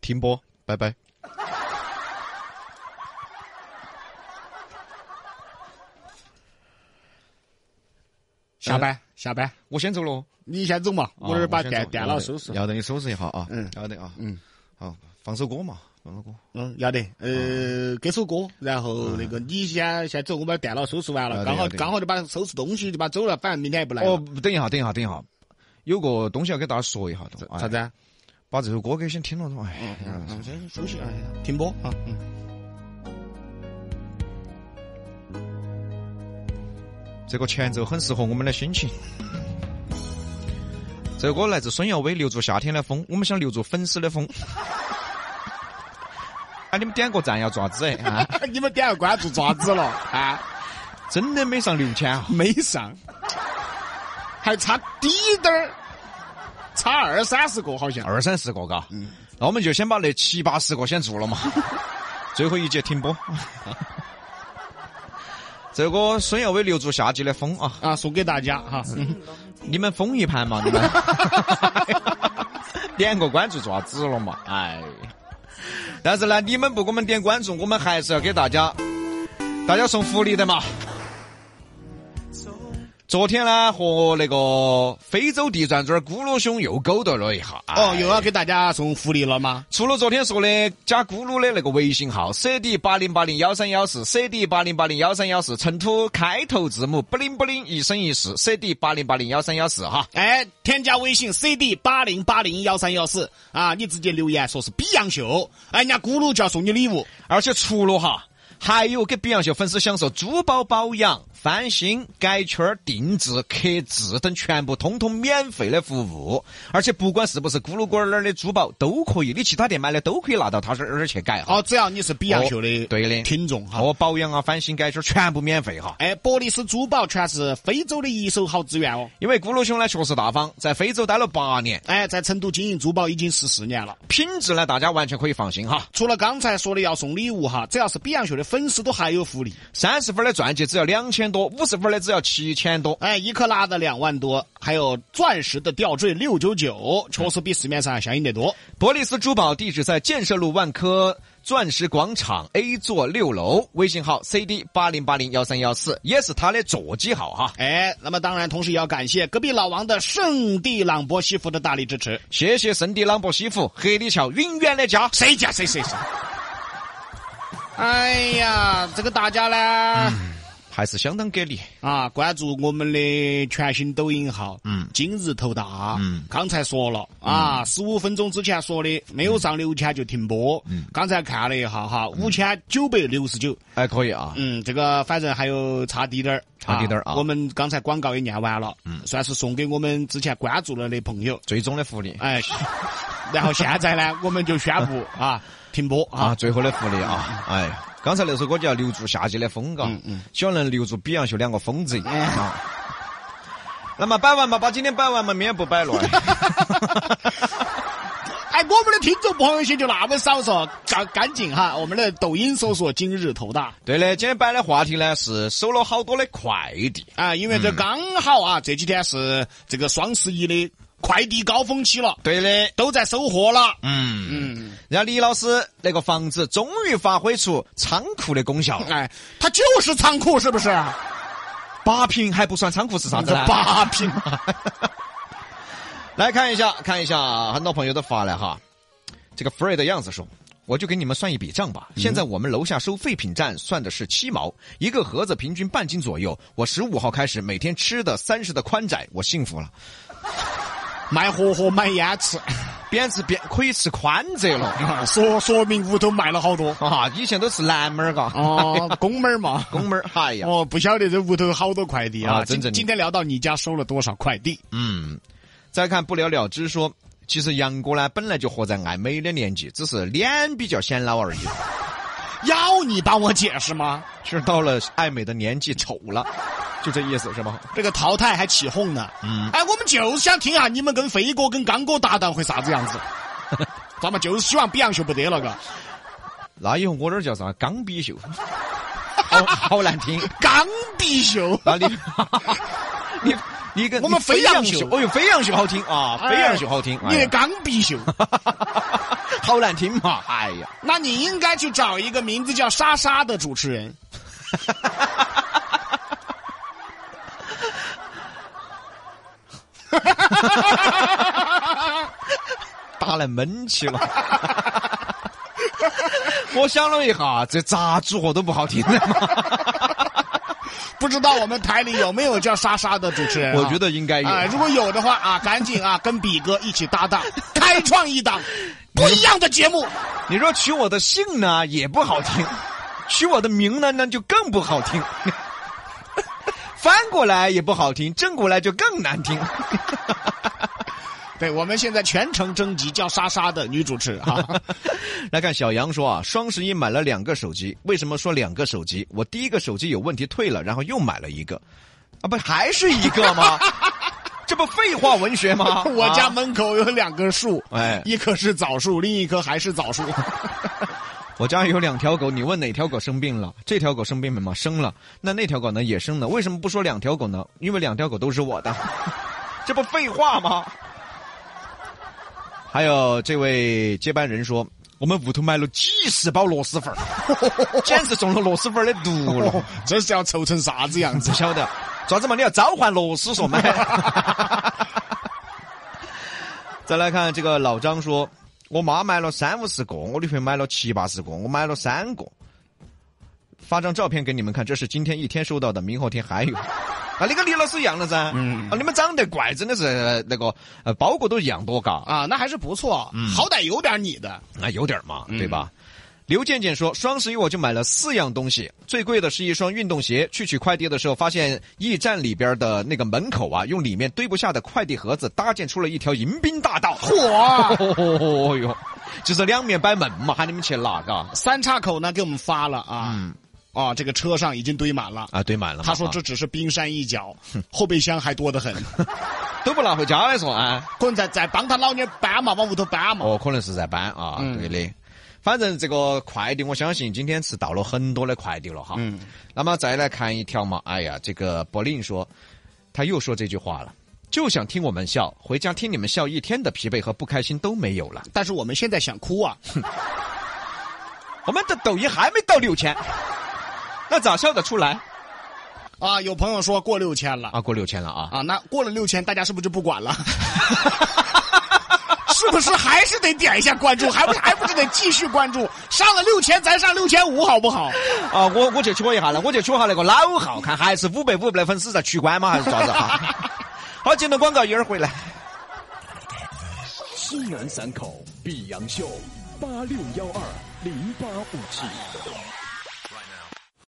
停播，拜拜。下班下班，我先走喽，你先走嘛，我这儿啊把先电走电要脑得收拾。要得你收拾一下啊，嗯要得啊，嗯，好，放首歌嘛，放首歌，嗯，要得，呃，给首歌，然后那个你先先走，我把电脑收拾完要得了，刚好要得刚好就把收拾东西就把走了，反正明天也不来了。哦，等一下，等一下，等一下，有个东西要给大家说一下的，哎啥子啊？把这首歌给先听了，哎，嗯，嗯先休息啊，停播啊。 嗯这个前奏很适合我们的心情。这首歌来自孙耀威，留住夏天的风，我们想留住粉丝的风。 啊，你们点个赞要爪子哎啊！你们点个关注爪子了 啊？真的没上六千啊！没上， 还差滴点儿，差二三十个好像。二三十个嘎，那我们就先把那七八十个先做了嘛，最后一节停播。这个孙耀威留住夏季的风啊， 啊，送给大家哈，你们疯一盘嘛，你们点个关注做啥子了嘛？哎，但是呢，你们不给我们点关注，我们还是要给大家，大家送福利的嘛。昨天呢，和那个非洲地转转咕噜兄又勾搭了一下。哎哦，又要给大家送福利了吗？除了昨天说的加咕噜的那个微信号 cd 八零八零幺三幺四 cd 八零八零幺三幺四，成都开头字母不灵不灵一生一世 cd 八零八零幺三幺四哈。哎，添加微信 cd 八零八零幺三幺四啊，你直接留言说是比洋秀，哎，人家咕噜就要送你礼物。而且除了哈，还有给比洋秀粉丝享受珠宝保养、翻新、改圈儿、定制、刻字等全部通通免费的服务。而且不管是不是咕噜咕儿哪儿的珠宝都可以，你其他店买的都可以拿到他这儿去改哈。哦，只要你是比洋秀的哦对的听众哈。哦，保养啊、翻新、改圈儿全部免费哈。哎，博利斯珠宝全是非洲的一手好资源哦。因为咕噜兄呢确实大方，在非洲待了八年，哎，在成都经营珠宝已经十四年了。品质呢大家完全可以放心哈。除了刚才说的要送礼物哈，只要是比洋秀的粉丝都还有福利。三十分的钻戒只要两千多，五十分的只要七千多。哎，一克拉的两万多，还有钻石的吊坠六九九，确实比市面上还相应得多。博利斯珠宝地址在建设路万科钻石广场 A 座六楼，微信号 CD 八零八零幺三幺四，也是他的座机号哈。哎，那么当然，同时也要感谢隔壁老王的圣地朗博西服的大力支持。谢谢圣地朗博西服黑里桥永远的家。谁家谁谁谁？哎呀，这个大家呢、还是相当给力。啊，关注我们的全新抖音号，嗯，今日头大，嗯，刚才说了啊，十五分钟之前说的，没有上六千就停播，嗯，刚才看了一下哈，五千九百六十九，哎，可以啊，嗯，这个反正还有差滴点儿，差滴点儿啊我们刚才广告也念完了，嗯，算是送给我们之前关注了的朋友，最终的福利 哎，然后现在呢，我们就宣布啊，停播啊，啊，最后的福利啊，哎。刚才那首歌就要留住夏季的风，嘎，希望能留住比洋秀两个疯子啊。那么摆完嘛，把今天摆完嘛，明天不 摆了。哎，我们的听众朋友些就那么少嗦，赶赶紧哈，我们的抖音搜索今日头大对的，今天摆的话题呢是收了好多的快递，啊，因为这刚好啊，这几天是这个双十一的快递高峰期了，对的，都在收货了，嗯。嗯。然后李老师那个房子终于发挥出仓库的功效 了。哎，它就是仓库，是不是？八平还不算仓库是啥子这呢？ 八平，来看一下，看一下，很多朋友都发来哈。这个 Fred 样子说，我就给你们算一笔账吧。现在我们楼下收废品站算的是七毛，一个盒子平均半斤左右。我十五号开始每天吃的三十的宽窄，我幸福了，卖火火买烟吃。边吃边可以吃宽窄了。 啊， 说说明屋头卖了好多。啊，以前都是南门儿嘎，哦，公妹儿嘛，宫门儿，哎呀，哦，不晓得这屋头好多快递啊。啊真今正今天聊到你家收了多少快递？嗯，再看不了了之说，其实杨哥呢本来就活在爱美的年纪，只是脸比较显老而已。要你帮我解释吗？其实到了爱美的年纪，丑了，就这意思是吗？这个淘汰还起哄呢。嗯哎，我们就是想听下你们跟飞哥、跟刚哥搭档会啥 子样子。咱们就是希望比洋秀不得了，嘎。那以后我这儿叫啥？钢笔秀， 好好难听。刚必秀， 那你 你你跟我们你飞扬扬哎 秀秀，哦哟，飞扬秀好听啊，飞扬秀好听。哎你哎的呀刚必秀，好难听嘛！哎呀，那你应该去找一个名字叫莎莎的主持人。打来闷气了。 我想了一下，这咋组合都不 好听的嘛。不知道我们台里有没有叫莎莎的主持人啊、我觉得应该有啊、如果有的话啊，赶紧啊，跟比哥一起搭 档，开创一档不一样的节目。你说取我的姓呢，也不好听；取我的名呢，那就更不好听。 翻过来也不好听，正过来就更难听。对，我们现在全程征集叫莎莎的女主持哈、啊。 来看小杨说啊，双十一买了两个手机，为什么说两个手机？我第一个手机有问题退了，然后又买了一个，啊不还是一个吗？ 这不废话文学 吗？啊我家门口有两棵树，哎一棵是枣树，另一棵还是枣树。 我家有两条狗，你问哪条狗生病了？这条狗生病没吗？生了。那那条狗呢？也生了。为什么不说两条狗呢？因为两条狗都是我的， 这不废话吗？还有这位接班人说，我们屋头买了几十包螺蛳粉儿， 简直中了螺蛳粉儿的毒了。这是要愁成啥子样子不？晓得，爪子嘛？你要召唤螺丝 说买。再来看这个老张说，我妈买了三五十个，我女朋友买了七八十个，我买了三个。发张照片给你们看，这是今天一天收到的，明后天还有。 啊，你跟李老师一样的噻。嗯。啊，你们长得怪，真的是呃那个呃，包裹都一样多嘎。啊，那还是不错，好歹有点你的。啊，有点儿嘛，对吧？刘健健说，双十一我就买了四样东西，最贵的是一双运动鞋。去取快递的时候，发现驿站里边的那个门口啊，用里面堆不下的快递盒子搭建出了一条迎宾大道。 嚯！嚯哟，就是两面摆门嘛，喊你们去拿嘎。三岔口呢给我们发了啊，啊，这个车上已经堆满了。啊，堆满了嘛。他说啊这只是冰山一角，后备箱还多得 很。都不拿回家来说啊。可能在在帮他老娘搬嘛，往屋头搬嘛。哦，可能是在搬啊，对的。反正这个快递，我相信今天是到了很多的快递了哈。嗯。那么再来看一条嘛，哎呀，这个柏林说，他又说这句话了，就想听我们笑，回家听你们笑，一天的疲惫和不开心都没有了。但是我们现在想哭啊，我们的抖音还没到六千，那咋笑得出来？啊，有朋友说过六千了啊，过六千了啊！啊，那过了六千，大家是不是就不管了？ 是不是还是得点一下关注？还不还不是得继续关注？上了六千，咱上六千五好不好？啊，我我去戳一下了，我去戳下那个老号，看还是五百五百的粉丝在取关吗？还是咋子哈？ 好，进了广告，一会儿回来。西南三口碧阳秀八六幺二零八五七。